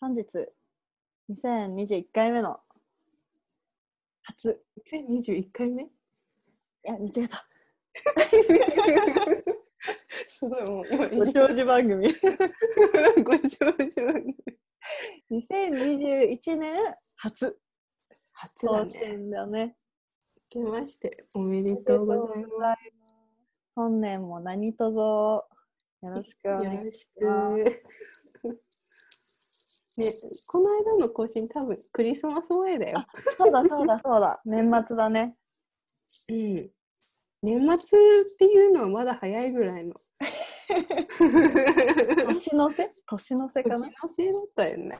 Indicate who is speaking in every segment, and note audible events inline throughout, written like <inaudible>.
Speaker 1: 本日2021回目の初
Speaker 2: 2021回目
Speaker 1: いや間違えた
Speaker 2: <laughs> すごいもう今
Speaker 1: ご長寿番 <laughs> 組
Speaker 2: <laughs> ご長寿番組
Speaker 1: 2021年初
Speaker 2: 初だ
Speaker 1: 当
Speaker 2: ね
Speaker 1: 選だね
Speaker 2: 明けましておめでとうございま
Speaker 1: 本年も何卒よろし
Speaker 2: す
Speaker 1: くお願いします
Speaker 2: よろしく <laughs> ねこの間の更新多分クリスマス前だよ
Speaker 1: そうだそうだそう <laughs> だ年末だね
Speaker 2: うん年末っていうのはまだ早いぐ <laughs> らいの
Speaker 1: 年の瀬年の瀬かな
Speaker 2: 年のせいだったよね。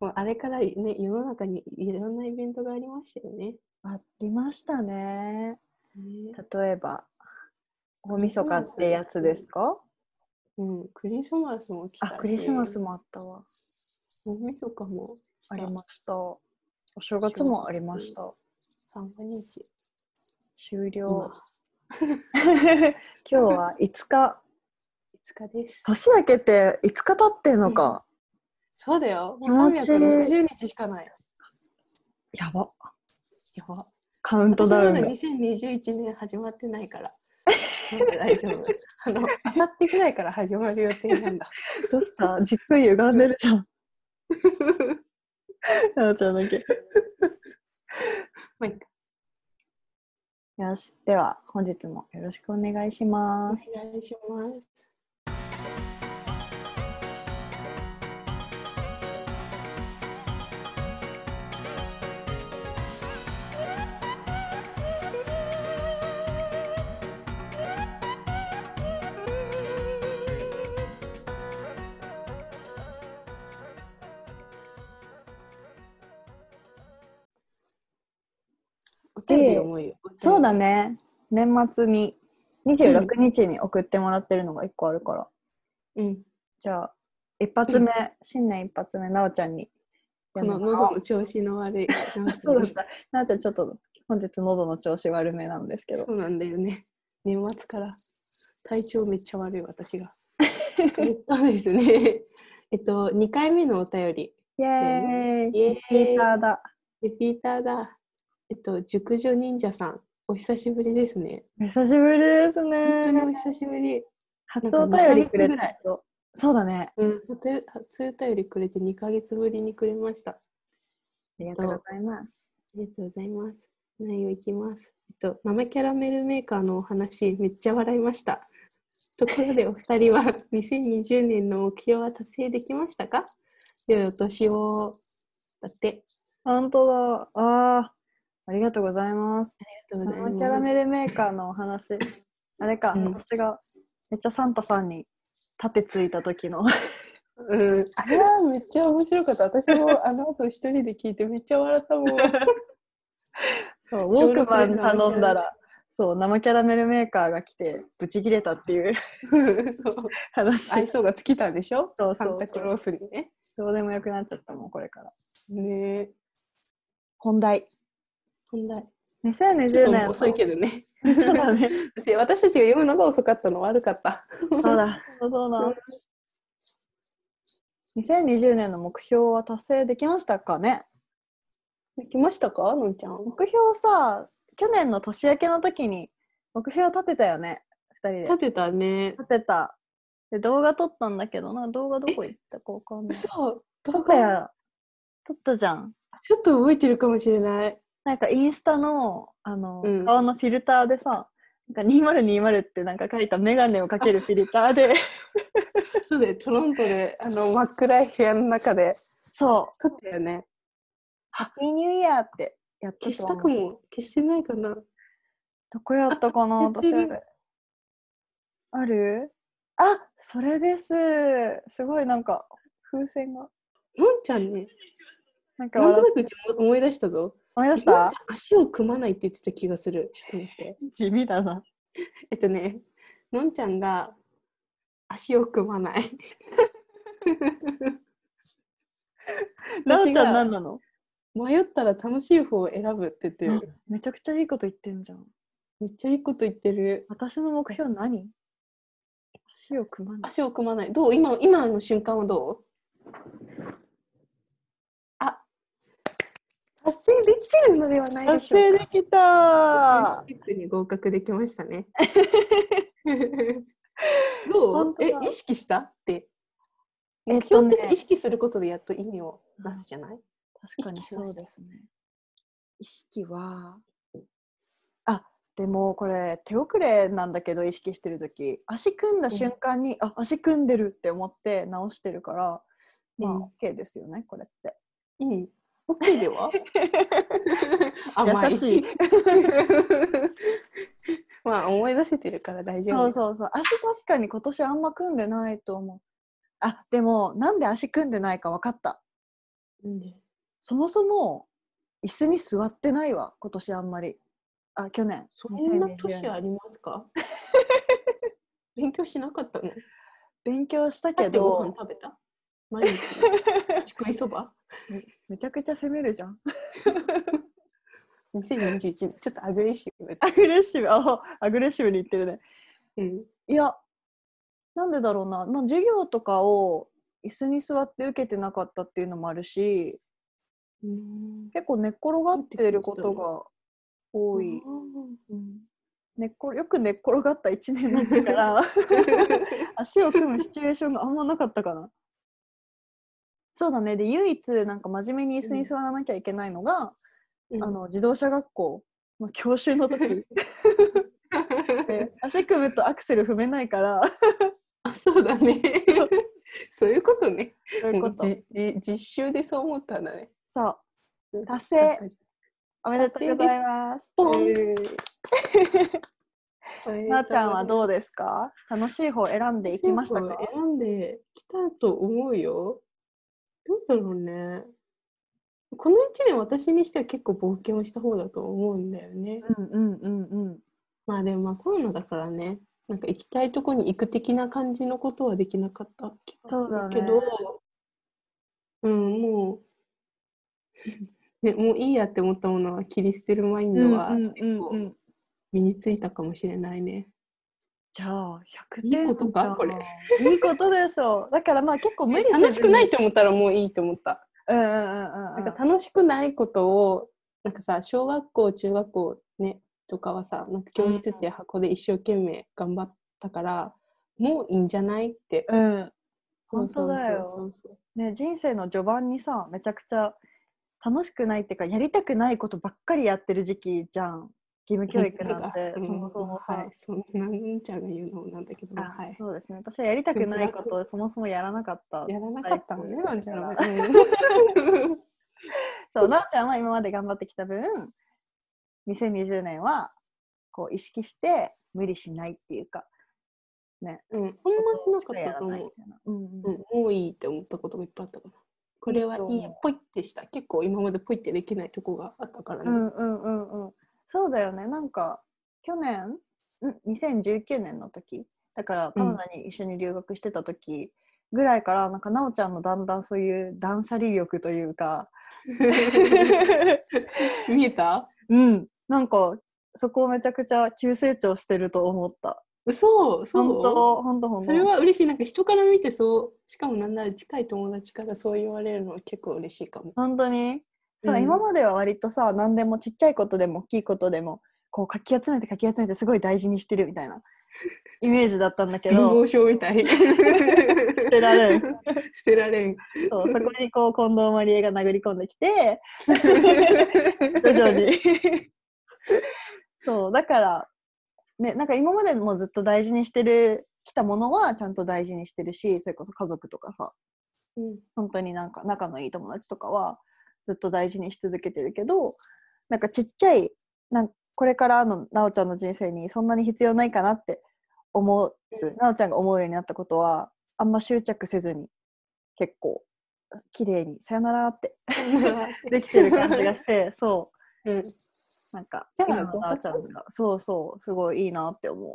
Speaker 2: もうあれからね、世の中にいろんなイベントがありましたよね。
Speaker 1: ありましたね
Speaker 2: ね
Speaker 1: 例えば大晦日ってやつですか
Speaker 2: うん、クリスマスも来た
Speaker 1: あ
Speaker 2: し
Speaker 1: クリスマス。もあったわ
Speaker 2: 大晦日も
Speaker 1: あ
Speaker 2: 来
Speaker 1: り
Speaker 2: た。
Speaker 1: ました。お正月もありました。
Speaker 2: 三が日。
Speaker 1: 終了 <laughs>
Speaker 2: 今。
Speaker 1: 今日は5日。
Speaker 2: 5日です。
Speaker 1: 年明けて5日経ってんのか。
Speaker 2: そうだよ。もう
Speaker 1: 気持ちいい
Speaker 2: 360日しかない。
Speaker 1: やば。
Speaker 2: やば。
Speaker 1: カウント
Speaker 2: 私
Speaker 1: ダ
Speaker 2: は
Speaker 1: ウ
Speaker 2: ま
Speaker 1: ン
Speaker 2: だ
Speaker 1: が。
Speaker 2: 2021年始まってな
Speaker 1: <laughs>
Speaker 2: いから。まだ大丈夫。あの、あさってぐらいから始まる予定な
Speaker 1: <laughs>
Speaker 2: んだ。
Speaker 1: どうした実っくり歪んでるじゃん。なおちゃんだけ。
Speaker 2: まあいいか
Speaker 1: よし。では、本日もよろしくお願いしま
Speaker 2: お
Speaker 1: す。
Speaker 2: 願いします。お便り重いよ。
Speaker 1: そうだ
Speaker 2: ね。
Speaker 1: ね。年末に26日に送ってもらってるのが1個あるから。
Speaker 2: うん。
Speaker 1: じゃあ、一発目、新年一発目、なおちゃんに
Speaker 2: この
Speaker 1: 読んでもらおう。
Speaker 2: 喉の調子の悪い。
Speaker 1: そうだった。なおちゃん、ちょっと本日喉の調子悪めなんですけど
Speaker 2: そ。うなんだよね。年末から体調めっちゃ悪い私 <laughs> が。えっとですね。えっと、2回目のお便り。
Speaker 1: イェーイ
Speaker 2: イエーイ
Speaker 1: ピーターだ。
Speaker 2: リピーターだ。えっと、熟女忍者さん。お久しぶりですね。
Speaker 1: 久しぶりです
Speaker 2: 本当にお
Speaker 1: ね。
Speaker 2: 久しぶり。
Speaker 1: 初お便りくれ
Speaker 2: なんか二ヶ月ぐら
Speaker 1: た
Speaker 2: い
Speaker 1: 人。そうだね。
Speaker 2: うん、初初お便りくれて2ヶ月ぶりにくれました。
Speaker 1: ありがとうございます。
Speaker 2: ありがとうございます。内容いきます。えっと、生キャラメルメーカーのお話、めっちゃ笑いました。ところでお二人は <laughs> 2020年の目標は達成できましたか良いお年を。だって。
Speaker 1: 本当だ。あーありがとうございます。
Speaker 2: ありがとう
Speaker 1: 生
Speaker 2: ご
Speaker 1: キャ
Speaker 2: ざ
Speaker 1: ラ
Speaker 2: いま
Speaker 1: メ
Speaker 2: す。
Speaker 1: ルメーカーのお話。あれか、
Speaker 2: うん
Speaker 1: 私がめっちゃサンタさんに盾ついた時の。
Speaker 2: うん、あれはめっちゃ面白かった。私もあの後一人で聞いてめっちゃ笑ったもん。
Speaker 1: そう <laughs>
Speaker 2: 小
Speaker 1: ウォー
Speaker 2: 六
Speaker 1: クマン
Speaker 2: 年の生キャラ
Speaker 1: 頼んだら、そう、生キャラメルメーカーが来て、ブチ切れたっていう
Speaker 2: そう
Speaker 1: 話。
Speaker 2: 愛想が尽きたんでしょ
Speaker 1: そうそう
Speaker 2: サンタクロースにね。
Speaker 1: どうでもよくなっちゃったもん、これから。
Speaker 2: ねえ。
Speaker 1: 本題。
Speaker 2: 本題。ち
Speaker 1: 2020
Speaker 2: ょっ
Speaker 1: 年
Speaker 2: と
Speaker 1: の。
Speaker 2: 遅いけどね。
Speaker 1: そうだね。
Speaker 2: 私 <laughs> 私たちが読むのが遅かったの悪かった。
Speaker 1: そうだ。そうそうだ。2020年の目標は達成できましたかね
Speaker 2: できましたかのんちゃん。
Speaker 1: 目標さ、去年の年明けの時に目標立てたよね、2人
Speaker 2: 立
Speaker 1: で。
Speaker 2: てたね。
Speaker 1: 立てた。で、動画撮ったんだけどな、動画どこ行ったかわかんない。撮
Speaker 2: そう。
Speaker 1: ったよ。撮ったじゃん。
Speaker 2: ちょっと覚えてるかもしれない。
Speaker 1: なんかインスタのあの、
Speaker 2: うん
Speaker 1: 顔のフィルターでさ、なんか2020ってなんか書いたメガネをかけるフィルターで、
Speaker 2: そうだよ。トロントで、あの、真っ暗い部屋の中で。
Speaker 1: <laughs> そう、
Speaker 2: 撮ったよね。
Speaker 1: ハッピーニューイヤーってやった
Speaker 2: 消し
Speaker 1: と
Speaker 2: た
Speaker 1: 思う
Speaker 2: かも。消してないかな。
Speaker 1: どこやったかな
Speaker 2: あ
Speaker 1: 私あ
Speaker 2: やって
Speaker 1: る。あるあそれです。すごいなんか風船が。
Speaker 2: のんちゃんね。
Speaker 1: なんか
Speaker 2: なんと
Speaker 1: 笑っ
Speaker 2: なくうちも思い出したぞ。
Speaker 1: 思い出し
Speaker 2: のん
Speaker 1: た
Speaker 2: ちゃん足を組まないって言ってた気がする。ちょっと待って。
Speaker 1: 地味だな。
Speaker 2: えっとね、のんちゃんが足を組まない。
Speaker 1: なおちゃ
Speaker 2: 私
Speaker 1: ん
Speaker 2: が
Speaker 1: 何なの
Speaker 2: 迷ったら楽しい方を選ぶって言ってる。
Speaker 1: めちゃくちゃいいこと言ってんじゃん。
Speaker 2: めっちゃいいこと言ってる。
Speaker 1: 私の目標何足を組まない。
Speaker 2: 足を組まない。どう今今の瞬間はどう
Speaker 3: のではないで
Speaker 1: 達
Speaker 3: しょ
Speaker 1: 成
Speaker 3: う
Speaker 1: で
Speaker 3: か。
Speaker 1: きた
Speaker 2: ステップに合格できまし
Speaker 1: <laughs>
Speaker 2: たね。どう
Speaker 1: 本当
Speaker 2: え
Speaker 1: だ
Speaker 2: 意識したって。
Speaker 1: えっとね
Speaker 2: 目標って意識することでやっと意味をなすじゃない、
Speaker 1: 確かに
Speaker 2: 意識し
Speaker 1: そ
Speaker 2: まし
Speaker 1: う
Speaker 2: た
Speaker 1: ですね。意識は、あでもこれ手遅れなんだけど意識してる時足組んだ瞬間に、あ足組んでるって思って直してるから、ま
Speaker 2: うん
Speaker 1: あ OK ですよねこれって。
Speaker 2: うん。OK
Speaker 1: <laughs>
Speaker 2: では甘い。
Speaker 1: 優しい。
Speaker 2: <laughs> まあ思い出せてるから大丈夫。
Speaker 1: そうそうそう足確かに今年あんま組んでないと思う。あでもなんで足組んでないか分かった。
Speaker 2: なんで
Speaker 1: そもそも椅子に座ってないわ今年あんまり。あ去年。
Speaker 2: そんな
Speaker 1: 2020
Speaker 2: 年
Speaker 1: 年
Speaker 2: あります <laughs> か勉強しなかったの
Speaker 1: 勉強した
Speaker 2: だ
Speaker 1: け
Speaker 2: ってご飯
Speaker 1: ど
Speaker 2: 食べた毎日ちくいそば
Speaker 1: めちゃくちゃ責めるじゃん。
Speaker 2: 2021年ちょっとアグレッシブだった
Speaker 1: アグレッシブあアグレッシブに言ってるね
Speaker 2: うん
Speaker 1: いやなんでだろうな、まあ、授業とかを椅子に座って受けてなかったっていうのもあるし
Speaker 2: うん
Speaker 1: 結構寝っ転がっていることが多い、うん寝っ転よく寝っ転がった1年だったから
Speaker 2: <laughs>
Speaker 1: 足を組むシチュエーションがあんまなかったかなそうだねで唯一なんか真面目に椅子に座らなきゃいけないのが、
Speaker 2: うん
Speaker 1: あの自動車学校の教習の時で足組むとアクセル踏めないから
Speaker 2: <laughs> あそうだねそういうことね
Speaker 1: そういうこと。
Speaker 2: じじ実習でそう思ったんだね
Speaker 1: そう、達成おめでとうございます。ポン、なあちゃんは
Speaker 2: う
Speaker 1: どうですか。楽しい方選んでいきましたか。
Speaker 2: 選んできたと思うよどうだろうねこの1年私にしては結構冒険をした方だと思うんだよね、
Speaker 1: うんうんうんうん。
Speaker 2: まあでもまあコロナだからね、なんか行きたいとこに行く的な感じのことはできなかった気がするけど、うん、もう、 <laughs> ね、もういいやって思ったものは切り捨てるマインドは結構
Speaker 1: ん。
Speaker 2: 身についたかもしれないね。
Speaker 1: じゃあ、百
Speaker 2: い
Speaker 1: 点
Speaker 2: いことか
Speaker 1: じゃん
Speaker 2: これ。
Speaker 1: いいことでしょう。だから、まあ、結構無理せずに
Speaker 2: 楽しくない。と思ったらもういいと思った。
Speaker 1: うんうんうんう
Speaker 2: なん
Speaker 1: ん。
Speaker 2: か楽しくないことを、なんかさ、小学校、中学校ね、とかはさ、なんか教室って箱で一生懸命頑張ったから、もういいんじゃないって
Speaker 1: うん。
Speaker 2: そうそう
Speaker 1: 本当だよ
Speaker 2: そうそう
Speaker 1: ね、人生の序盤にさ、めちゃくちゃ。楽しくないっていうか、やりたくないことばっかりやってる時期じゃん。義務教育なんて、
Speaker 2: <laughs> う
Speaker 1: そ
Speaker 2: ん
Speaker 1: もそもさ。
Speaker 2: はい、そんななんちゃんが言うのもなんだけど、
Speaker 1: あ
Speaker 2: はい。
Speaker 1: そうですね。私はやりたくないこ
Speaker 2: でも
Speaker 1: と
Speaker 2: <laughs>
Speaker 1: をそもそもやらなかった。
Speaker 2: やらなかったのね、なんち
Speaker 1: <laughs>
Speaker 2: ゃんは。うん
Speaker 1: そう、なおちゃんは今まで頑張ってきた分、2020年は、こう、意識して、無理しないっていうか、ね。
Speaker 2: うん、ほんまになかったと
Speaker 1: ことをしかやらないみ
Speaker 2: 思う。
Speaker 1: たいな。うん
Speaker 2: うんもういいって思ったことがいっぱいあったから。これは
Speaker 1: い
Speaker 2: いい
Speaker 1: と思う、
Speaker 2: ポイってした。結構今までポイってできないとこがあったから
Speaker 1: うん
Speaker 2: ね。
Speaker 1: うんうんうん。そうだよね。なんか、去年、ん2019年の時、だからカナダに一緒に留学してた時ぐらいから、なんか、なおちゃんのだんだんそういう断捨離力という
Speaker 2: <laughs>
Speaker 1: か、
Speaker 2: 見えた
Speaker 1: うん、なんかそこをめちゃくちゃ急成長してると思った。
Speaker 2: 嘘
Speaker 1: 本
Speaker 2: そう
Speaker 1: 当本当本当。
Speaker 2: それは嬉しい。なんか人から見てそう、しかもなんなら近い友達からそう言われるのは結構嬉しいかも。
Speaker 1: 本当に。そう
Speaker 2: うん
Speaker 1: 今までは割とさ何でもちっちゃいことでも大きいことでもこうかき集めてかき集めてすごい大事にしてるみたい
Speaker 2: <laughs>
Speaker 1: なイメージだったんだけ
Speaker 2: 貧
Speaker 1: ど
Speaker 2: 乏症みたい。
Speaker 1: 捨てら
Speaker 2: <laughs>
Speaker 1: れん
Speaker 2: 捨てられん。
Speaker 1: そうそこにこう近藤麻理恵が殴り込んできて徐々
Speaker 2: <laughs>
Speaker 1: にそうだから、ね、なんか今までもずっと大事にしてるきたものはちゃんと大事にしてるしそれこそ家族とかさ
Speaker 2: うん
Speaker 1: 本当になんか仲のいい友達とかはずっと大事にし続けてるけどなんかちっちゃいなんかこれからのなおちゃんの人生にそんなに必要ないかなって思うなおちゃんが思うようになったことはあんま執着せずに結構綺麗にさよならってできてる感じがして <laughs> そう
Speaker 2: うん、
Speaker 1: なんか
Speaker 2: じゃあ
Speaker 1: 今のなおちゃん <laughs> がそうそうすごいいいなって思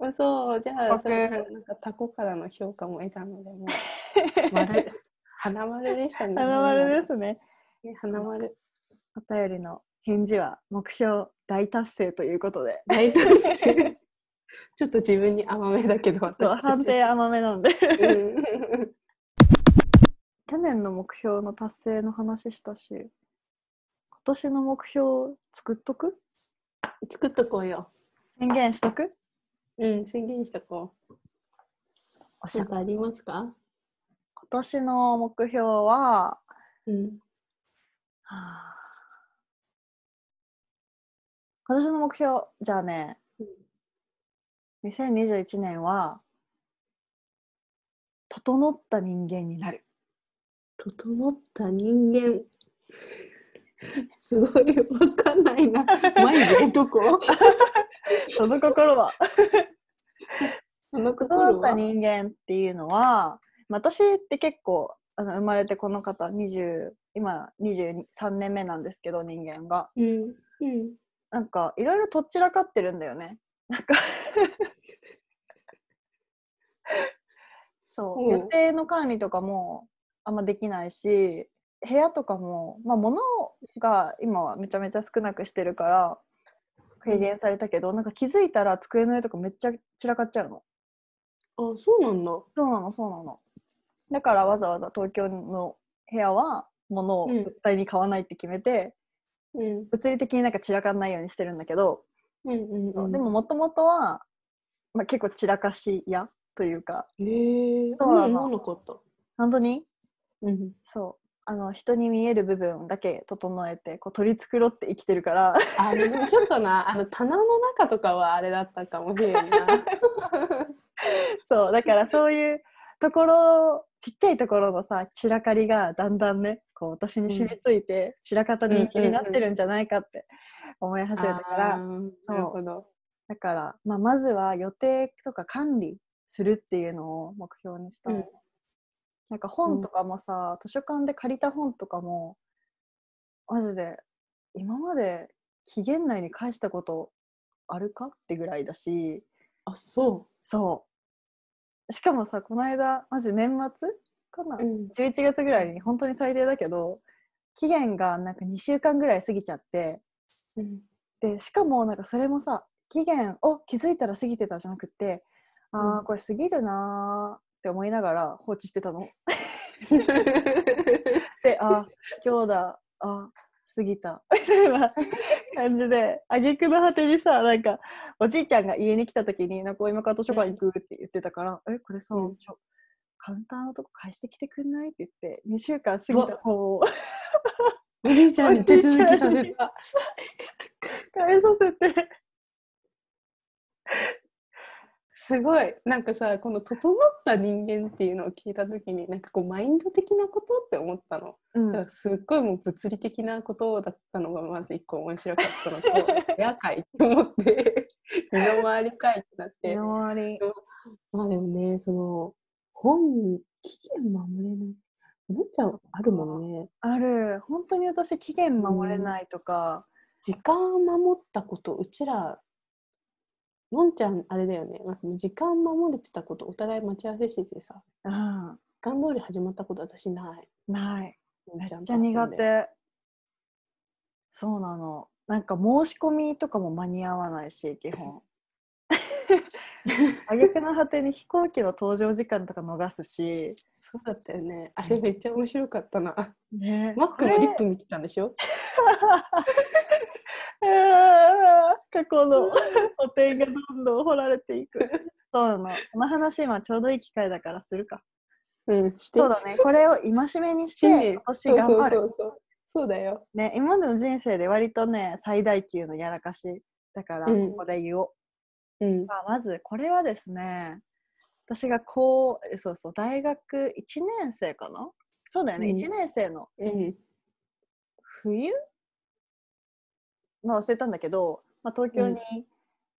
Speaker 1: う
Speaker 2: そう、じゃ
Speaker 1: わ
Speaker 2: あ、
Speaker 1: か
Speaker 2: それ
Speaker 1: る
Speaker 2: もなんかタコからの評価も得たので、もう、丸、花丸でしたね。
Speaker 1: 花丸ですね
Speaker 2: す。花丸。
Speaker 1: お便りの返事は目標大達成ということで
Speaker 2: 大体ちょっと自分に甘めだけど、
Speaker 1: そう
Speaker 2: 私たち
Speaker 1: 判定甘めなんで
Speaker 2: うん
Speaker 1: 去年の目標の達成の話したし今年の目標作っとく
Speaker 2: 作っとこうよ。
Speaker 1: 宣言しとく
Speaker 2: うん、宣言しとこ
Speaker 1: お
Speaker 2: う。なんかありますか
Speaker 1: 今年の目標は、
Speaker 2: うん。
Speaker 1: 今年の目標じゃあね
Speaker 2: うん
Speaker 1: 2021年は整った人間になる
Speaker 2: 整った人間。 <laughs> すごい、わかんない <laughs> な。眉毛どこ
Speaker 1: その心は
Speaker 2: その心は
Speaker 1: 整った人間っていうのはまあ私って結構あの生まれてこの方20今23年目なんですけど人間が
Speaker 2: うん。うん。
Speaker 1: なんかいろいろとっちらかってるんだよねなんかそう、
Speaker 2: うん
Speaker 1: 予定の管理とかもあんまできないし部屋とかも、まあ、物が今はめちゃめちゃ少なくしてるから軽減されたけど、なんか気づいたら机の上とかめっちゃ散らかっちゃうの
Speaker 2: あ、そうなんだ。
Speaker 1: そうなのそうなのだからわざわざ東京の部屋は物を
Speaker 2: うん
Speaker 1: 絶対に買わないって決めて、
Speaker 2: うん。
Speaker 1: 物理的になんか散らかんないようにしてるんだけど、
Speaker 2: うんうんうん。
Speaker 1: でも、もともとは、まあ、結構散らかし屋というか
Speaker 2: へえー、
Speaker 1: そうなの
Speaker 2: あんま思わなかった。
Speaker 1: 本当に
Speaker 2: うん。
Speaker 1: そうあの人に見える部分だけ整えてこう取り繕って生きてるから <laughs>
Speaker 2: あでもちょっとな、 <laughs> あの棚の中とか <laughs> はあれだったかもしれんな。
Speaker 1: そうだからそういうところちっちゃいところのさ散らかりがだんだんねこう私に染みついて、散らかった人気になってるんじゃないかって思い始めたから、
Speaker 2: あーなるほど。
Speaker 1: だから、まあ、まずは予定とか管理するっていうのを目標にしたの、
Speaker 2: うん
Speaker 1: なんか本とかもさ、図書館で借りた本とかもマジで今まで期限内に返したことあるかってぐらいだし
Speaker 2: あ、そ
Speaker 1: そうしかもさこの間マジ年末かな、
Speaker 2: う。うん。
Speaker 1: 11月ぐらいに本当に最低だけど期限がなんか2週間ぐらい過ぎちゃって
Speaker 2: <laughs> うん。
Speaker 1: でしかもなんかそれもさ期限を気づいたら過ぎてたじゃなくてああ、
Speaker 2: うん
Speaker 1: これ過ぎるなーって思いながら放置してたの。で
Speaker 2: <laughs>
Speaker 1: あー今日だあー過ぎたみたいな感じで挙句の果てにさなんかおじいちゃんが家に来た時に「なんか今から図書館行く」って言ってたから「えこれさ、
Speaker 2: うん
Speaker 1: ちょカウンターのとこ返してきてくんない?」って言って2週間過ぎた方を
Speaker 2: おじいちゃんに手続きさせた。
Speaker 1: 返させて。
Speaker 2: すごい。なんかさ、この整った人間っていうのを聞いたときに、なんかこうマインド的なことって思ったの。
Speaker 1: うん
Speaker 2: だからすっごいもう物理的なことだったのがまず一個面白かったのと <laughs> 部屋かいって思って <laughs> 身の回りかいってなって
Speaker 1: 身の回り
Speaker 2: まあでもねその本期限守れないおもちゃあるもんね
Speaker 1: ある本当に私期限守れないとか、
Speaker 2: 時間守ったことうちらのんちゃんあれだよねなんかもう時間守れてたことお互い待ち合わせしててさ
Speaker 1: うん
Speaker 2: 時間通り始まったこと私ない
Speaker 1: ない
Speaker 2: の
Speaker 1: め
Speaker 2: ん
Speaker 1: っ
Speaker 2: ちゃん
Speaker 1: ち
Speaker 2: と
Speaker 1: ゃ
Speaker 2: 遊んで
Speaker 1: 苦手そうなのなんか申し込みとかも間に合わないし基
Speaker 2: <laughs>
Speaker 1: 本挙句の果てに飛行機の搭乗時間とか逃すし
Speaker 2: そうだったよねあれめっちゃ面白かったな
Speaker 1: ね
Speaker 2: マックのリップ見てたんでしょ
Speaker 1: 過去のお点がどんどん掘られてい
Speaker 2: <laughs>
Speaker 1: くそうなのこの話今ちょうどいい機会だからするか
Speaker 2: うんして
Speaker 1: そうだねこれを戒めに
Speaker 2: <laughs>
Speaker 1: して今年頑張る
Speaker 2: そうそうそうそうそうだよ。
Speaker 1: ね、今までの人生で割とね最大級のやらかしだから
Speaker 2: うん
Speaker 1: ここで言おう、
Speaker 2: うん。
Speaker 1: まあ、まずこれはですね私がこうえそうそう大学1年生かなそうだよね、
Speaker 2: うん
Speaker 1: 1年生の
Speaker 2: うん。
Speaker 1: 冬まあ忘れたんだけど、まあ、東京
Speaker 2: うん
Speaker 1: に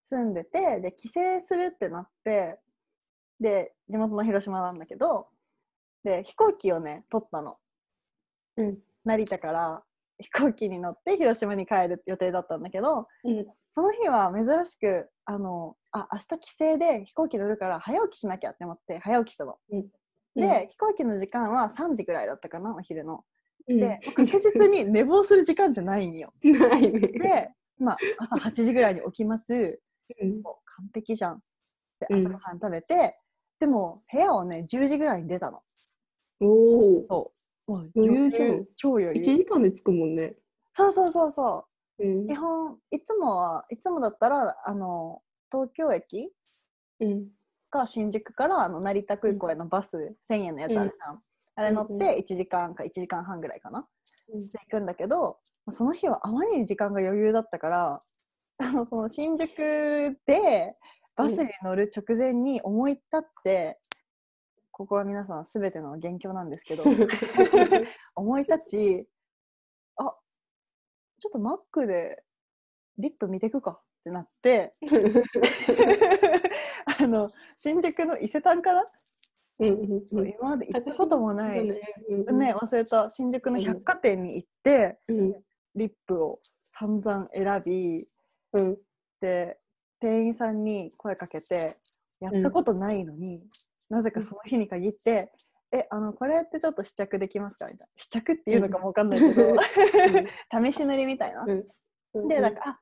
Speaker 1: 住んでて、で帰省するってなってで地元の広島なんだけどで飛行機をね取ったの
Speaker 2: うん。
Speaker 1: 成田から飛行機に乗って広島に帰る予定だったんだけど
Speaker 2: うん。
Speaker 1: その日は珍しくあのあ明日帰省で飛行機乗るから早起きしなきゃって思って早起きしたの。で、飛行機の時間は3時ぐらいだったかなお昼の。
Speaker 2: うん、
Speaker 1: で確実 <laughs> に寝坊する時間じゃないんよ。
Speaker 2: うん、 <laughs> ないね。
Speaker 1: で、まあ、朝8時ぐらいに起きます。
Speaker 2: うん
Speaker 1: もう完璧じゃん。で
Speaker 2: うん
Speaker 1: 朝ごはん食べて、でも部屋をね10時ぐらいに出たの。
Speaker 2: おお。
Speaker 1: そうもう
Speaker 2: 余裕じゃん
Speaker 1: 超余裕
Speaker 2: 一時間で着くもんね。
Speaker 1: そうそうそうそうう。
Speaker 2: ん
Speaker 1: 基本、いつもは、いつもだったら、あの、東京駅
Speaker 2: うん
Speaker 1: か新宿からあの成田空港へのバス、1000円のやつあるじゃん。あれ乗っ
Speaker 2: うんうん
Speaker 1: て1時間か1時間半ぐらいかな。で行くんだけど、まあその日はあまりに時間が余裕だったから、 <laughs> あの、その新宿でバスに乗る直前に思い立って、ここは皆さんすべての元凶なんです <laughs> けど、思い立ち、あ、ちょっとマックでリップ見てくかってな <laughs> って、あの、新宿の伊勢丹かな、
Speaker 2: うん
Speaker 1: そう今まで行ったこともない、ね、
Speaker 2: うん
Speaker 1: 忘れた新宿の百貨店に行って、
Speaker 2: うん
Speaker 1: リップを散々選び、
Speaker 2: うん
Speaker 1: で、店員さんに声かけて、やったことないのに、なぜかその日に限って、え、あの、これってちょっと試着できますかみたいな。試着っていうのかもわかんないけど、試し塗りみたいな。
Speaker 2: うん
Speaker 1: で、なんか、あ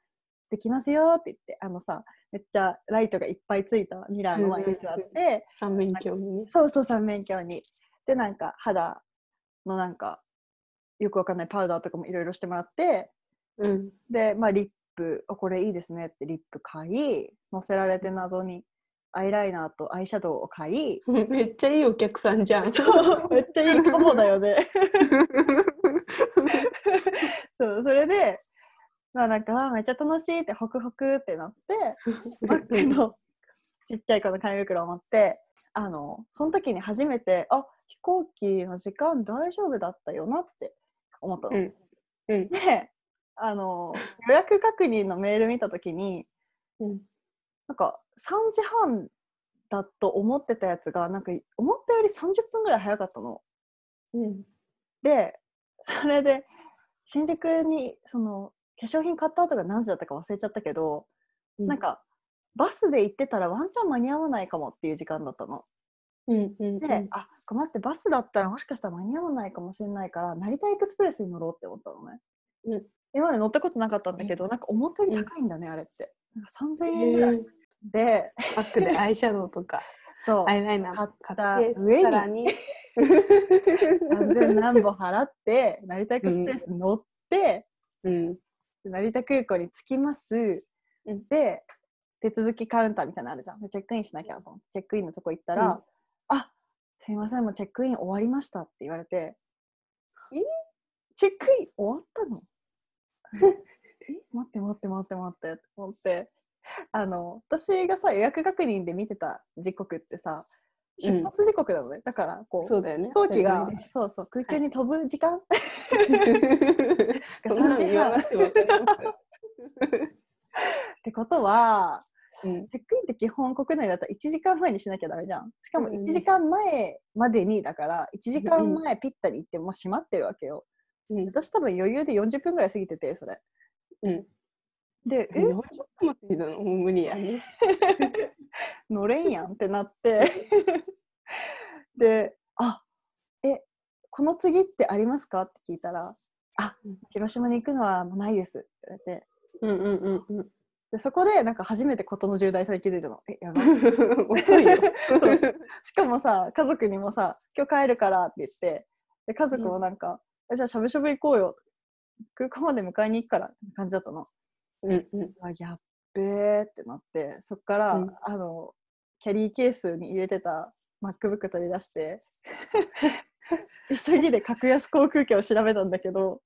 Speaker 1: できますよって言って、あのさ、めっちゃライトがいっぱいついたミラーの前に座っ
Speaker 2: うんうんうん
Speaker 1: て、
Speaker 2: 三面鏡にね
Speaker 1: そうそう、三面鏡に。で、なんか、肌のなんか、よくわかんないパウダーとかもいろいろしてもらって、
Speaker 2: うん、
Speaker 1: で、まあ、リップ、あ、これいいですねってリップ買い、乗せられて謎にアイライナーとアイシャドウを買い
Speaker 2: <laughs> めっちゃいいお客さんじゃん。
Speaker 1: めっちゃいいかもだよね。そう、それで、まあなんか、あめっちゃ楽しいって、ホクホクってなって、バッ <laughs> グのちっちゃいこの紙袋を持ってあのその時に初めてあ飛行機の時間大丈夫だったよなって思ったの。
Speaker 2: <laughs> うんうん
Speaker 1: であの予約確認のメール見た時に
Speaker 2: うん
Speaker 1: なんか3時半だと思ってたやつがなんか思ったより30分ぐらい早かったの。
Speaker 2: うん
Speaker 1: でそれで新宿にその化粧品買った後が何時だったか忘れちゃったけど、なんかバスで行ってたらワンチャン間に合わないかもっていう時間だったの。
Speaker 2: うんうん
Speaker 1: で、あ待ってバスだったらもしかしたら間に合わないかもしれないから成田エクスプレスに乗ろうって思ったのね。
Speaker 2: うん
Speaker 1: 今まで乗ったことなかったんだけど、なんか思ったより高いんだね、あれって。なんか3000円ぐらい
Speaker 2: うん
Speaker 1: で、
Speaker 2: バッグでアイシャドウとか <laughs>
Speaker 1: そう
Speaker 2: アイライナー買って
Speaker 1: 買った上に
Speaker 2: さらに
Speaker 1: 3000何本払って成田エクスプレスに乗って、
Speaker 2: うん
Speaker 1: 成田空港に着きます。
Speaker 2: うん
Speaker 1: で手続きカウンターみたいなのあるじゃんでチェックインしなきゃと思ってチェックインのとこ行ったら「
Speaker 2: うん
Speaker 1: あすいませんもうチェックイン終わりました」って言われて「えチェックイン終わったの
Speaker 2: <laughs>
Speaker 1: え待って待って待って待って」って思ってあの私がさ予約確認で見てた時刻ってさ
Speaker 2: うん
Speaker 1: 出発時刻なのね、だからこう
Speaker 2: そうだよね
Speaker 1: 飛行機
Speaker 2: <laughs>
Speaker 1: が
Speaker 2: 大体ね
Speaker 1: そうそう空中に飛ぶ時間、
Speaker 2: そんなの言わなくてもわかりま
Speaker 1: ってことは
Speaker 2: すうん
Speaker 1: チェックインって基本国内だったら1時間前にしなきゃダメじゃん。しかも
Speaker 2: うんうん
Speaker 1: 1時間前までにだから、1時間前ぴったり行ってもう閉まってるわけよ。
Speaker 2: うん
Speaker 1: 私多分余裕で40分ぐらい過ぎてて、それ。
Speaker 2: うん
Speaker 1: で、
Speaker 2: え
Speaker 1: え
Speaker 2: 40分も過ぎたのもう無理やね
Speaker 1: 乗れんやんってなって。で、あえ、この次ってありますかって聞いたら、あ
Speaker 2: うん
Speaker 1: 広島に行くのはもうないですって言われて。
Speaker 2: うんうんうんうん
Speaker 1: でそこでなんか初めて事の重大さに気づいたの。え、やばい。
Speaker 2: 遅い <laughs> よ。
Speaker 1: そうしかもさ家族にもさ「今日帰るから」って言ってで家族もなんか、えじゃあしゃぶしゃぶ行こうよ」空港まで迎えに行くからって感じだったの。
Speaker 2: うんうん。
Speaker 1: あやっべーってなってそっから、
Speaker 2: うん
Speaker 1: あのキャリーケースに入れてた MacBook 取り出して <laughs> 急ぎで格安航空券を調べたんだけど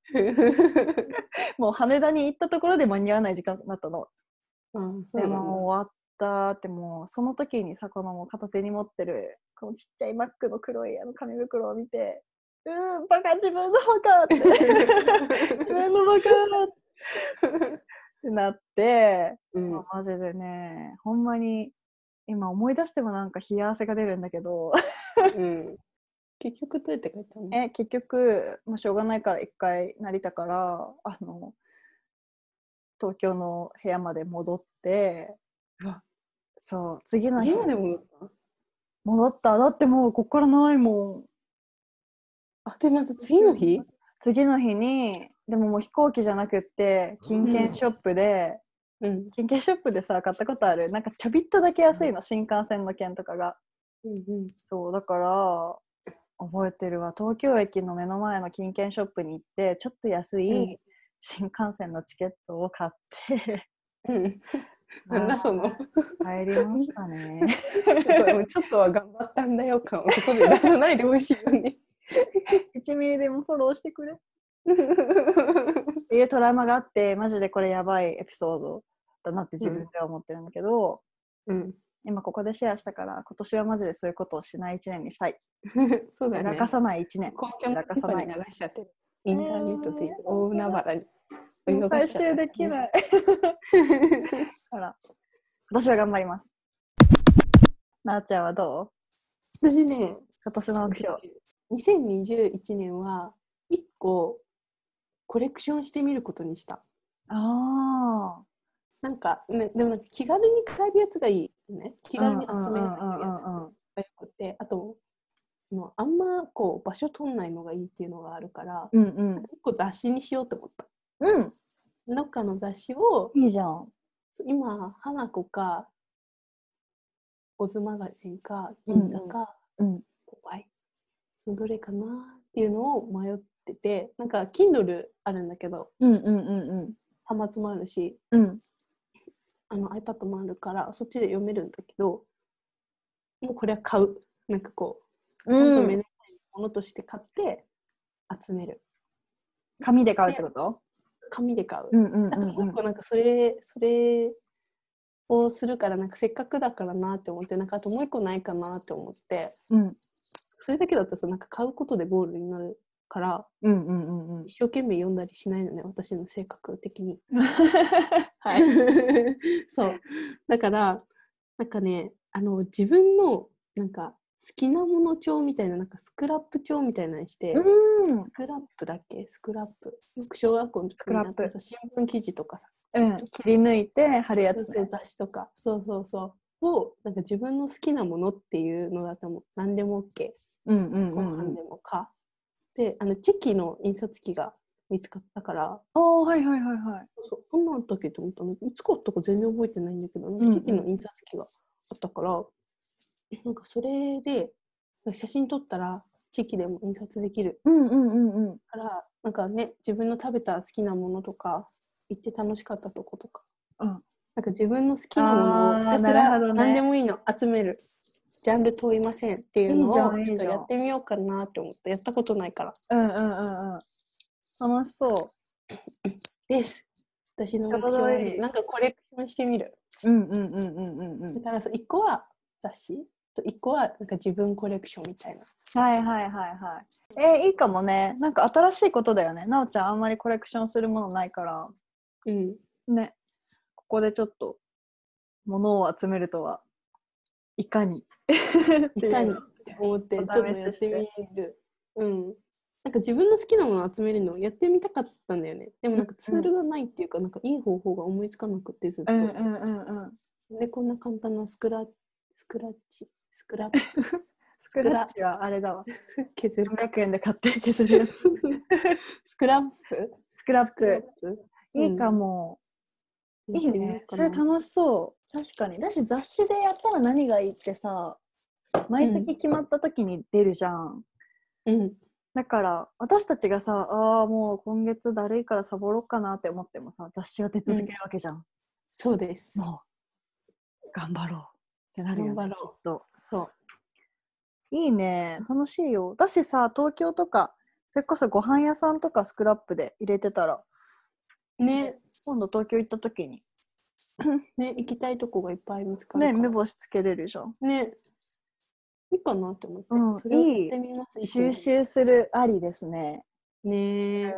Speaker 1: もう羽田に行ったところで間に合わない時間だったの。
Speaker 2: <laughs> うん
Speaker 1: でもう終わったってもうその時にさこのもう片手に持ってるこのちっちゃいマックの黒いあの紙袋を見てうーんバカ自分のバカって自分のバカってなって、
Speaker 2: うん
Speaker 1: まあマジでねほんまに今思い出してもなんか冷や汗が出るんだけど
Speaker 2: うん。結局どうやって書いたの？
Speaker 1: え結局、まあ、しょうがないから一回成田からあの東京の部屋まで戻って
Speaker 2: うわ
Speaker 1: そう次の日
Speaker 2: 家まで戻った？
Speaker 1: 戻っただってもうこっからないもん
Speaker 2: あでまた次の日？
Speaker 1: 次の日にでももう飛行機じゃなくって金券ショップで、
Speaker 2: うん
Speaker 1: 金券ショップでさ買ったことあるなんかちょびっとだけ安いの、新幹線の券とかが
Speaker 2: うん
Speaker 1: そうだから覚えてるわ東京駅の目の前の金券ショップに行ってちょっと安い、
Speaker 2: うん
Speaker 1: 新幹線のチケットを買って
Speaker 2: うん、なんだその
Speaker 1: 帰りましたね
Speaker 2: <laughs>
Speaker 1: <laughs>
Speaker 2: すご <laughs> いもうちょっとは頑張ったんだよ感をそこで出さないでほしいよね。
Speaker 1: 1ミリでもフォローしてくれっていうトラウマがあってマジでこれやばいエピソードだなって自分では思ってるんだけど、
Speaker 2: うん、
Speaker 1: 今ここでシェアしたから今年はマジでそういうことをしない1年にしたい
Speaker 2: そうだ
Speaker 1: や
Speaker 2: ね
Speaker 1: ら。かさない1年
Speaker 2: 公共の
Speaker 1: やらかさ
Speaker 2: 中
Speaker 1: ない
Speaker 2: に流しちゃってる。インターネットという大海原に
Speaker 1: もう回
Speaker 2: ちゃ
Speaker 1: 収
Speaker 2: った
Speaker 1: できないから私は頑張りますなあちゃんはどう
Speaker 2: <laughs> 私ね、
Speaker 1: 今年の目標
Speaker 2: 2021年は1個コレクションしてみることにした。
Speaker 1: ああ
Speaker 2: なんか、ね、でもなんか気軽に買えるやつがいいよね。気軽に集められるやつがよくて、あと、そのあんまこう場所取んないのがいいっていうのがあるから、
Speaker 1: うんうん
Speaker 2: 結構雑誌にしようと思った。
Speaker 1: うん
Speaker 2: どっかの雑誌を
Speaker 1: いいじゃん
Speaker 2: 今、花子か、オズマガジンか、
Speaker 1: うんうん
Speaker 2: 銀座か、
Speaker 1: うん
Speaker 2: 怖い。そのどれかなっていうのを迷ってて、なんか Kindle あるんだけど、
Speaker 1: うんうんうん
Speaker 2: 端末もあるし、
Speaker 1: うんうん
Speaker 2: あの iPad もあるから、そっちで読めるんだけど、もうこれは買う。なんかこう、ちゃんと目の前にものとして買って集める。
Speaker 1: 紙で買うってこと
Speaker 2: 紙で買う。
Speaker 1: んうん
Speaker 2: あと結構なんかそれ、それをするから、なんかせっかくだからなって思って、なんかあともう一個ないかなって思って、
Speaker 1: うん
Speaker 2: それだけだったらさ、なんか買うことでゴールになるから、
Speaker 1: うんうんうんうん
Speaker 2: 一生懸命読んだりしないのね、私の性格的に。
Speaker 1: <laughs> はい
Speaker 2: <laughs> そう。だから、なんかね、あの、自分の、なんか、好きなもの帳みたいな、なんかスクラップ帳みたいなのにして、
Speaker 1: うん
Speaker 2: スクラップだっけスクラップ。よく小学校の時にやって
Speaker 1: スクラッ
Speaker 2: た新聞記事とかさ、
Speaker 1: うん切り抜いて貼るや
Speaker 2: そう
Speaker 1: つ
Speaker 2: そ
Speaker 1: ね
Speaker 2: う雑誌とかそうそうそうをなんか自分の好きなものっていうのだともう何でも OK
Speaker 1: うんうんう
Speaker 2: ご
Speaker 1: んう
Speaker 2: 飯
Speaker 1: ん
Speaker 2: でもか、であのチェキの印刷機が見つかったから
Speaker 1: おーはいはいはいはい
Speaker 2: そうそうこんなんあったっけと思ったのいつ買ったか全然覚えてないんだけど、
Speaker 1: んうん
Speaker 2: チェキの印刷機があったからなんかそれでなんか写真撮ったらチェキでも印刷できる
Speaker 1: うんうんうんうん
Speaker 2: からなんかね自分の食べた好きなものとか行って楽しかったとことか、
Speaker 1: うん
Speaker 2: なんか自分の好きなものをひたす
Speaker 1: あーな
Speaker 2: ら
Speaker 1: るほどね
Speaker 2: 何でもいいの集めるジャンル問いませんっていうのを
Speaker 1: いいじ
Speaker 2: ち
Speaker 1: ゃんいいじゃ
Speaker 2: ょっと
Speaker 1: ん
Speaker 2: やってみようかなって思ってやったことないから
Speaker 1: うんうんうんうん楽しそう
Speaker 2: です私の目標
Speaker 1: ちょ
Speaker 2: は
Speaker 1: うどい
Speaker 2: ね
Speaker 1: い
Speaker 2: なんかコレクションしてみる
Speaker 1: うんうんうんうんうんう
Speaker 2: だ
Speaker 1: ん
Speaker 2: から1個は雑誌と1個はなんか自分コレクションみたいな
Speaker 1: はいはいはいはいえーいいかもねなんか新しいことだよねなおちゃんあんまりコレクションするものないから
Speaker 2: うん
Speaker 1: ねここでちょっと物を集めると <laughs> はいかに
Speaker 2: いかにっ
Speaker 1: って
Speaker 2: 思ってちょっ
Speaker 1: お試し
Speaker 2: とやってみるうんなんか自分の好きなものを集めるのをやってみたかったんだよねでもなんかツールがないっていうか、なんかいい方法が思いつかなくてずっと、
Speaker 1: ていううんうんうんうん
Speaker 2: でこんな簡単なスクラスクラッチスクラップ
Speaker 1: スクラッチはあれ <laughs> だわ
Speaker 2: 削る
Speaker 1: 300円で買って削るやつ
Speaker 2: スクラップ
Speaker 1: スクラッ
Speaker 2: スクラッ
Speaker 1: プ
Speaker 2: プ
Speaker 1: いいかも、いいねそれ
Speaker 2: 楽
Speaker 1: 楽しそう確かにだし雑誌でやったら何がいいってさ毎月決まった時に出るじゃん、
Speaker 2: うん
Speaker 1: だから私たちがさあーもう今月だるいからサボろうかなって思ってもさ雑誌は出続けるわけじゃん、
Speaker 2: そうです
Speaker 1: もう頑張ろうってなるよね
Speaker 2: 頑張
Speaker 1: き
Speaker 2: ろ
Speaker 1: っと
Speaker 2: うそう
Speaker 1: いいね楽しいよだしさ東京とかそれこそご飯屋さんとかスクラップで入れてたら
Speaker 2: ね
Speaker 1: 今度東京行った時に
Speaker 2: ね行きたいとこがいっぱいありますから
Speaker 1: ね目星つけれるじゃん
Speaker 2: ねいいかなって思って、
Speaker 1: うん
Speaker 2: それを
Speaker 1: い
Speaker 2: や
Speaker 1: い
Speaker 2: ってみます一
Speaker 1: 収
Speaker 2: 年
Speaker 1: 集するありですね
Speaker 2: ねえ、
Speaker 1: うん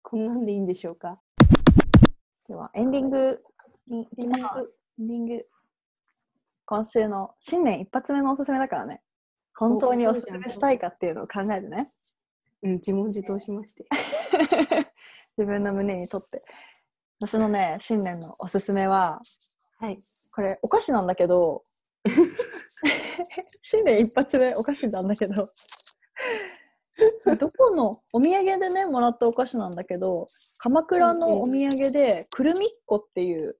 Speaker 2: こんなんでいいんでしょうか
Speaker 1: ではエンディングに
Speaker 2: エンディング
Speaker 1: エンディング今週の新年一発目のおすすめだからね本当におすすめしたいかっていうのを考えてね
Speaker 2: うん自問自答しまして
Speaker 1: 自分の胸にとって私のね新年のおすすめは
Speaker 2: はい
Speaker 1: これお菓子なんだけど新年一発目お菓子なんだけどどこのお土産でねもらったお菓子なんだけど鎌倉のお土産でくるみっこっていう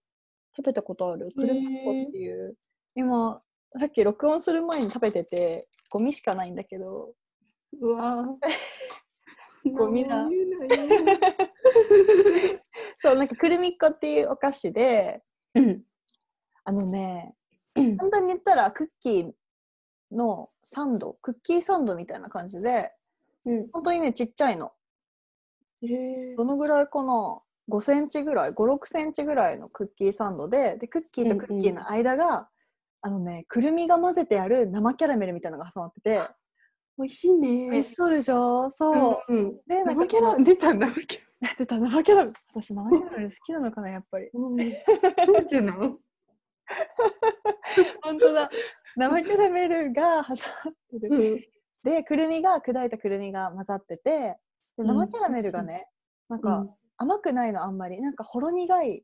Speaker 1: 食べたことあるくるみっこっていう今さっき録音する前に食べててゴミしかないんだけど
Speaker 2: うわぁ
Speaker 1: ゴミだ
Speaker 2: 何も言えない
Speaker 1: そうなんかくるみっこっていうお菓子で
Speaker 2: うん。
Speaker 1: あのね
Speaker 2: うん。
Speaker 1: 簡単に言ったらクッキーのサンドクッキーサンドみたいな感じで
Speaker 2: うん。
Speaker 1: 本当にねちっちゃいの
Speaker 2: へえ
Speaker 1: どのぐらいかな5センチぐらい56センチぐらいのクッキーサンドででクッキーとクッキーの間が、あのねくるみが混ぜてある生キャラメルみたいなのが挟まってて
Speaker 2: 美味しいね。
Speaker 1: 美味しそうでしょそう、
Speaker 2: うん。
Speaker 1: でなんか
Speaker 2: 生キャラ出たんだ。生キャラ。
Speaker 1: 出た生キャラメル私生キャラメル好きなのかなやっぱり
Speaker 2: うん。そうじゃない。
Speaker 1: <laughs> 本当だ生キャラメルが挟まってる、
Speaker 2: うん。
Speaker 1: でくるみが砕いたくるみが混ざっててで
Speaker 2: うん
Speaker 1: 生キャラメルがね、なんか甘くないのあんまりなんかほろ苦い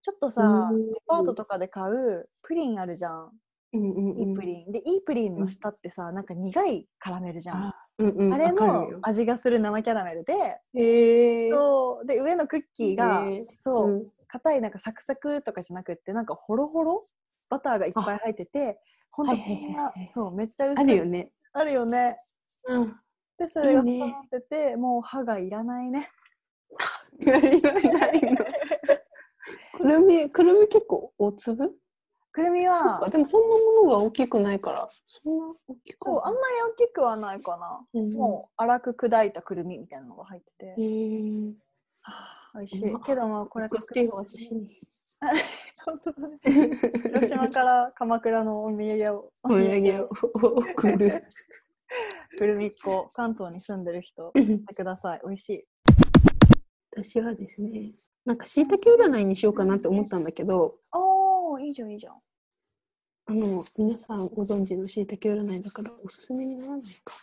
Speaker 1: ちょっとさ、
Speaker 2: うん
Speaker 1: デパートとかで買うプリンあるじゃん、
Speaker 2: うんうんうん。
Speaker 1: いいプリンでいいプリンの下ってさなんか苦いカラメルじゃん、
Speaker 2: あうんうん。
Speaker 1: あれ
Speaker 2: わか
Speaker 1: の
Speaker 2: るよ
Speaker 1: 味がする生キャラメルで、
Speaker 2: へえ。
Speaker 1: そうで上のクッキーが、
Speaker 2: へえ
Speaker 1: そう、
Speaker 2: うん。
Speaker 1: 硬いなんかサクサクとかじゃなくってなんかホロホロバターがいっぱい入っててほんと
Speaker 2: はいはいはい
Speaker 1: こんな
Speaker 2: はいはい
Speaker 1: そうめっちゃ薄い
Speaker 2: あるよね。
Speaker 1: あるよね
Speaker 2: うん。
Speaker 1: でそれが
Speaker 2: いいね
Speaker 1: 挟まっててもう歯がいらないね
Speaker 2: 何がないの。くるみ、くるみ結構大粒。
Speaker 1: くるみ
Speaker 2: そっ
Speaker 1: は
Speaker 2: か、でもそんなものが大きくないから。そんな大きく
Speaker 1: そうあんまり大きくはないかな、
Speaker 2: うん
Speaker 1: もう粗く砕いたくるみみたいなのが入ってて、
Speaker 2: へー
Speaker 1: はあ美味しい、
Speaker 2: うまっ
Speaker 1: けどまあこれ
Speaker 2: こっちが私に。
Speaker 1: 本当だね <laughs> 広島から鎌倉のお土産を
Speaker 2: <laughs> お土産を送る。
Speaker 1: くるみっこ関東に住んでる人買ってください美味しい
Speaker 2: <laughs> 私はですね、なんか椎茸占いにしようかなって思ったんだけど、
Speaker 1: おーいいじゃんいいじゃん
Speaker 2: あの皆さんご存知の椎茸占いだからおすすめにならない
Speaker 1: <laughs>
Speaker 2: か。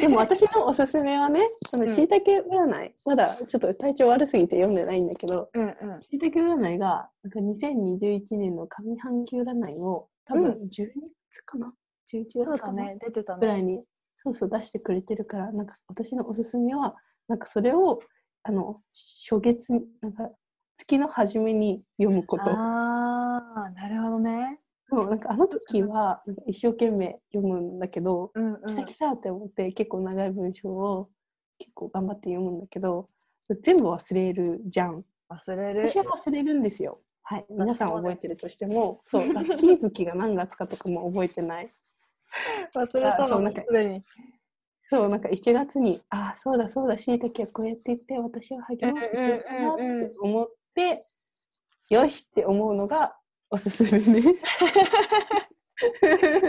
Speaker 2: でも私のおすすめはね、その
Speaker 1: うん
Speaker 2: 椎茸占い、まだちょっと体調悪すぎて読んでないんだけど、
Speaker 1: うんうん
Speaker 2: 椎茸占いがなんか2021年の上半期占いを多
Speaker 1: う
Speaker 2: 分
Speaker 1: ん
Speaker 2: 12月かな、11
Speaker 1: そう
Speaker 2: 月
Speaker 1: だ
Speaker 2: かな
Speaker 1: ね、出てた
Speaker 2: ぐら
Speaker 1: ね。
Speaker 2: いにそうそう出してくれてるからなんか私のおすすめはなんかそれをあの初月なんか月の初めに読むこと
Speaker 1: ああ、なるほどね。
Speaker 2: そうなんかあの時はなんか一生懸命読むんだけど
Speaker 1: うんう
Speaker 2: 「きたきた!」って思って結構長い文章を結構頑張って読むんだけど全部忘れるじゃん
Speaker 1: 忘れる。
Speaker 2: 私は忘れるんですよはい
Speaker 1: も
Speaker 2: 皆さん覚えてるとしてもそうラッキー月が何月かとかも覚えてない
Speaker 1: 忘
Speaker 2: れたのも
Speaker 1: すでに。
Speaker 2: そうなんか1月にああそうだそうだしいたけはこうやって言って私を励ましてくれたなっ
Speaker 1: うんうんうんうん
Speaker 2: て思ってよしって思うのがおすすめ
Speaker 1: <laughs>
Speaker 2: ね。 <laughs>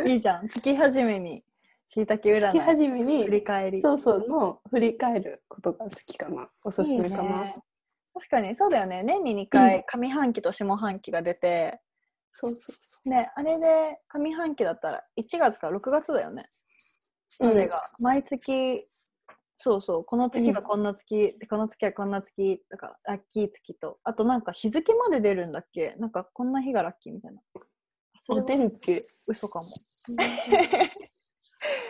Speaker 1: いいじゃん。月始めに、しいたけ占
Speaker 2: 月
Speaker 1: い。
Speaker 2: 始めに
Speaker 1: 振り返り。
Speaker 2: そうそうの振り返ることが好きかなおすすめか
Speaker 1: いい
Speaker 2: な。
Speaker 1: ね確かにそうだよね。年に2回、上半期と下半期が出て、
Speaker 2: そうそう
Speaker 1: ね、あれで上半期だったら1月から6月だよね。
Speaker 2: そう。
Speaker 1: それが、毎月、そうそう、この月はこんな月、でこの月はこんな月とか、ラッキー月と、あとなんか日付まで出るんだっけなんかこんな日がラッキーみたいな。そ
Speaker 2: うん
Speaker 1: れ
Speaker 2: お出
Speaker 1: は
Speaker 2: るっけ。
Speaker 1: 嘘かも。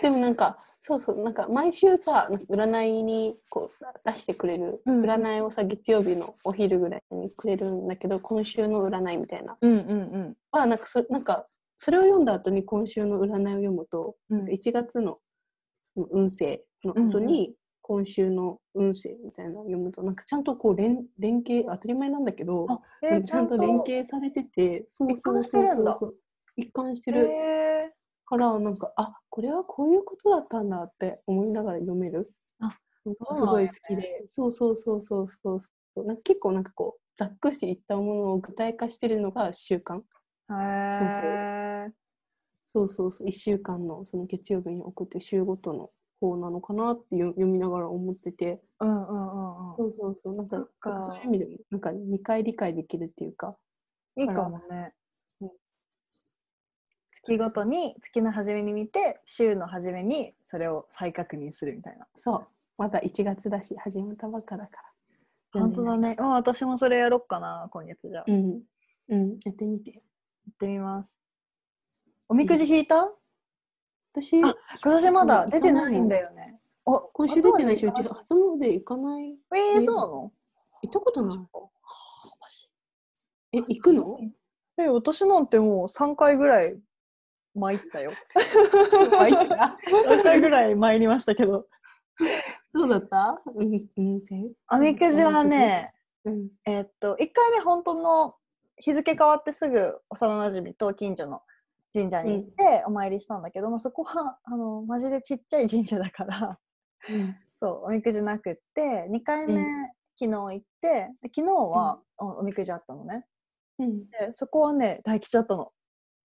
Speaker 2: でもなんかそうそうなんか毎週さなんか占いにこう出してくれる、
Speaker 1: うん
Speaker 2: 占いをさ月曜日のお昼ぐらいにくれるんだけど今週の占いみたいな。
Speaker 1: うんうん
Speaker 2: はなんかそなんかそれを読んだ後に今週の占いを読むと、
Speaker 1: うん
Speaker 2: なんか1月のその運勢の後に今週の運勢みたいなのを読むと、なんかちゃんとこう連連携当たり前なんだけど、
Speaker 1: あ、え
Speaker 2: う
Speaker 1: ー、
Speaker 2: ん
Speaker 1: ち
Speaker 2: ち
Speaker 1: ゃ
Speaker 2: ゃ
Speaker 1: ん
Speaker 2: ん
Speaker 1: と
Speaker 2: と連携されててそうそうそうそうそう一貫してる
Speaker 1: え
Speaker 2: からなんかあこれはこういうことだったんだって思いながら読める
Speaker 1: あ
Speaker 2: なんか
Speaker 1: そうなん
Speaker 2: す
Speaker 1: や
Speaker 2: ご
Speaker 1: ね
Speaker 2: い好きでそうそうそうそうそうそうなんか結構なんかこうざっくしいったものを具体化してるのが習慣
Speaker 1: ー、へー
Speaker 2: そうそうそう、1週間のその月曜日に送って週ごとの方なのかなってよ読みながら思ってて、
Speaker 1: うんうんうんうん
Speaker 2: そうそうそう、なんか
Speaker 1: そ
Speaker 2: なん
Speaker 1: っか
Speaker 2: かそういう意味でも、なんか2回理解できるっていうか、
Speaker 1: いいかもね。うん月ごとに月の初めに見て週の初めにそれを再確認するみたいな。
Speaker 2: そう、まだ1月だし、始まったばっかだから。
Speaker 1: 本当だ
Speaker 2: ね。
Speaker 1: ね。まあ私もそれやろっかな今月じゃあ。
Speaker 2: う
Speaker 1: 行
Speaker 2: ん、うん、やってみて。
Speaker 1: ってみます。おみくじ引いた？
Speaker 2: 私、
Speaker 1: あ今年まだ出てないんだ
Speaker 2: よ。
Speaker 1: よね。お
Speaker 2: 今週出てないし、
Speaker 1: 後
Speaker 2: う
Speaker 1: は引
Speaker 2: ち
Speaker 1: か
Speaker 2: 初詣行かない。
Speaker 1: ないえー、そうなの？
Speaker 2: 行ったことない。え、行くの
Speaker 1: え私なんてもう3回ぐらい参ったよ
Speaker 2: あ行った
Speaker 1: <laughs> 3回ぐらい参りましたけど
Speaker 2: ど <laughs> そうだったうん、うん、全
Speaker 1: おみくじはね、
Speaker 2: うん。
Speaker 1: えーっと、1回目本当の日付変わってすぐ幼馴染と近所の神社に行ってお参りしたんだけど、まあ、そこはあのマジでちっちゃい神社だから、
Speaker 2: うん
Speaker 1: <laughs> そう、おみくじなくって、2回目、
Speaker 2: うん
Speaker 1: 昨日行って、で昨日は、おおみくじあったのね。
Speaker 2: うん、
Speaker 1: で、そこはね、大吉だったの。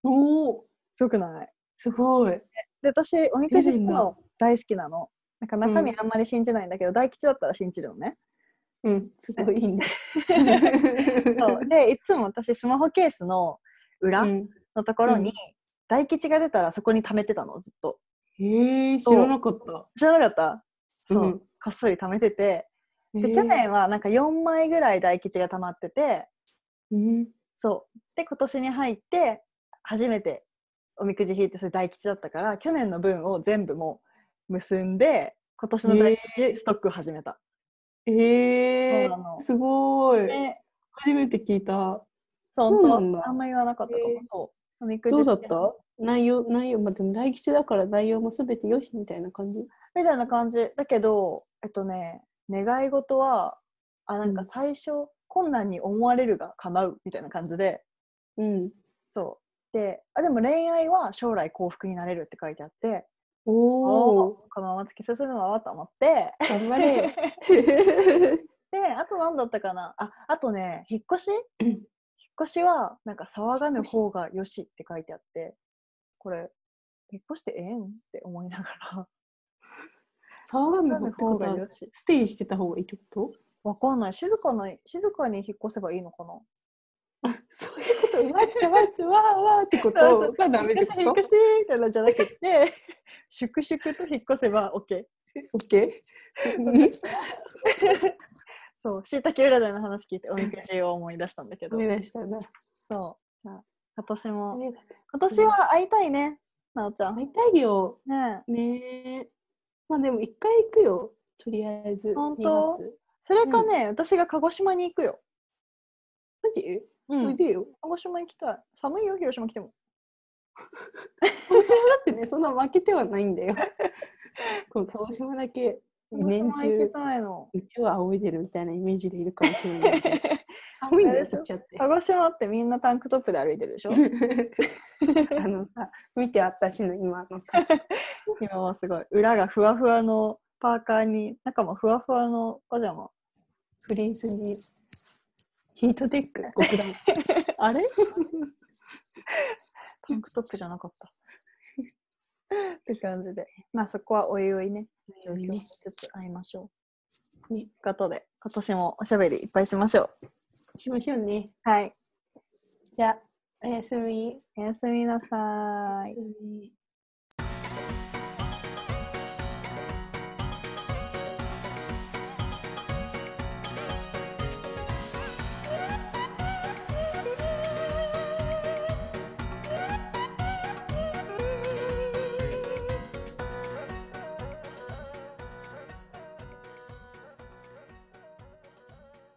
Speaker 2: おお、
Speaker 1: すごくない
Speaker 2: すごい。
Speaker 1: で、私、おみくじ
Speaker 2: 出る
Speaker 1: 行
Speaker 2: ん
Speaker 1: く
Speaker 2: だ
Speaker 1: の大好きなの。なんか中身
Speaker 2: う
Speaker 1: あんまり信じないんだけど、大吉だったら信じるのね。
Speaker 2: うん、すごいいいね。
Speaker 1: そうで、いつも私、スマホケースの裏、
Speaker 2: <laughs> うん
Speaker 1: のところに、
Speaker 2: うん
Speaker 1: 大吉が出たらそこに貯めてたのずっと
Speaker 2: へえー、知らなかった。
Speaker 1: 知らなかったそう、
Speaker 2: うん
Speaker 1: こっそり貯めてて
Speaker 2: へ
Speaker 1: で
Speaker 2: ー
Speaker 1: 去年はなんか4枚ぐらい大吉が貯まってて
Speaker 2: うん、
Speaker 1: そうで今年に入って初めておみくじ引いてそれ大吉だったから去年の分を全部もう結んで今年の大吉、ストック始めたそ
Speaker 2: え
Speaker 1: うなの
Speaker 2: ー、すごい。
Speaker 1: で
Speaker 2: 初めて聞いた。
Speaker 1: そう
Speaker 2: そうな
Speaker 1: 本
Speaker 2: んだ
Speaker 1: 当あんま言わなかったかも、
Speaker 2: へえ
Speaker 1: そうおみくじ
Speaker 2: どうだっ
Speaker 1: して
Speaker 2: た内容、内容、まあ、でも大吉だから内容もすべてよしみたいな感じ。
Speaker 1: みたいな感じだけどえっとね願い事はあなんか
Speaker 2: うん
Speaker 1: 最初、困難に思われるが叶うみたいな感じで
Speaker 2: うん。
Speaker 1: そうであでも恋愛は将来幸福になれるって書いてあって
Speaker 2: お
Speaker 1: おー
Speaker 2: お、
Speaker 1: このまま突き進むわと思って
Speaker 2: 頑
Speaker 1: <laughs>
Speaker 2: 張れ。
Speaker 1: であと何だったかなああとね引っ越し
Speaker 2: うん
Speaker 1: 引っ越しはなんか騒がぬ方がよしって書いてあってこれ引っ越してええんって思いながら騒
Speaker 2: 騒が
Speaker 1: が
Speaker 2: ぬ
Speaker 1: ぬ
Speaker 2: 方
Speaker 1: 方が
Speaker 2: が
Speaker 1: よし
Speaker 2: ステイしてた方がいいってこ
Speaker 1: わかんない静かな静かに引っ越せばいいのかな
Speaker 2: とあそういうこと、わっちゃわっちゃわーわーってこ
Speaker 1: そうそ
Speaker 2: とがダメってこ
Speaker 1: 引っ
Speaker 2: と
Speaker 1: 越しみたいなのじゃなくて、粛々と引っ越せば OK。
Speaker 2: オッケー
Speaker 1: そう、しいたけ占いの話聞いておみくじを思い出したんだけど
Speaker 2: 思い。出したな。
Speaker 1: そう。じゃあ今年も、
Speaker 2: 会い
Speaker 1: 今年は会いたいね、なおちゃん。ね
Speaker 2: たいよ。
Speaker 1: え。
Speaker 2: ねえ。まあでも一回行くよ。とりあえず。
Speaker 1: 本当
Speaker 2: 2月
Speaker 1: それかね、私が鹿児島に行くよ。
Speaker 2: マジ
Speaker 1: う
Speaker 2: おい、でよ。
Speaker 1: 鹿児島行きたい。寒いよ、広島来ても。
Speaker 2: 鹿児島だってね、 <laughs> そんな負けてはないんだよ。 <laughs> こう鹿児島だけ
Speaker 1: 鹿児
Speaker 2: 年
Speaker 1: 島行き
Speaker 2: 中、
Speaker 1: たいの。
Speaker 2: うちは仰いでるみたいなイメージでいるかもしれ
Speaker 1: <laughs>
Speaker 2: ないけど。寒いんだよ、こっちゃって。
Speaker 1: 鹿児島ってみんなタンクトップで歩いてるでしょ <laughs>
Speaker 2: あのさ、見て私の今の顔。
Speaker 1: 今はすごい。裏がふわふわのパーカーに、中もふわふわのパジャマ。
Speaker 2: プリンスにヒートテック極段
Speaker 1: <laughs>
Speaker 2: あれ
Speaker 1: タンクトップじゃなかった。 <laughs> って感じで。まあそこはおいおいね。状況をつつ会いましょう。
Speaker 2: ね
Speaker 1: ということで、今年もおしゃべりいっぱいしましょ
Speaker 2: しましょうね
Speaker 1: う。はい。
Speaker 2: じゃあおやすみ
Speaker 1: おやすみなさーい。
Speaker 2: おやすみ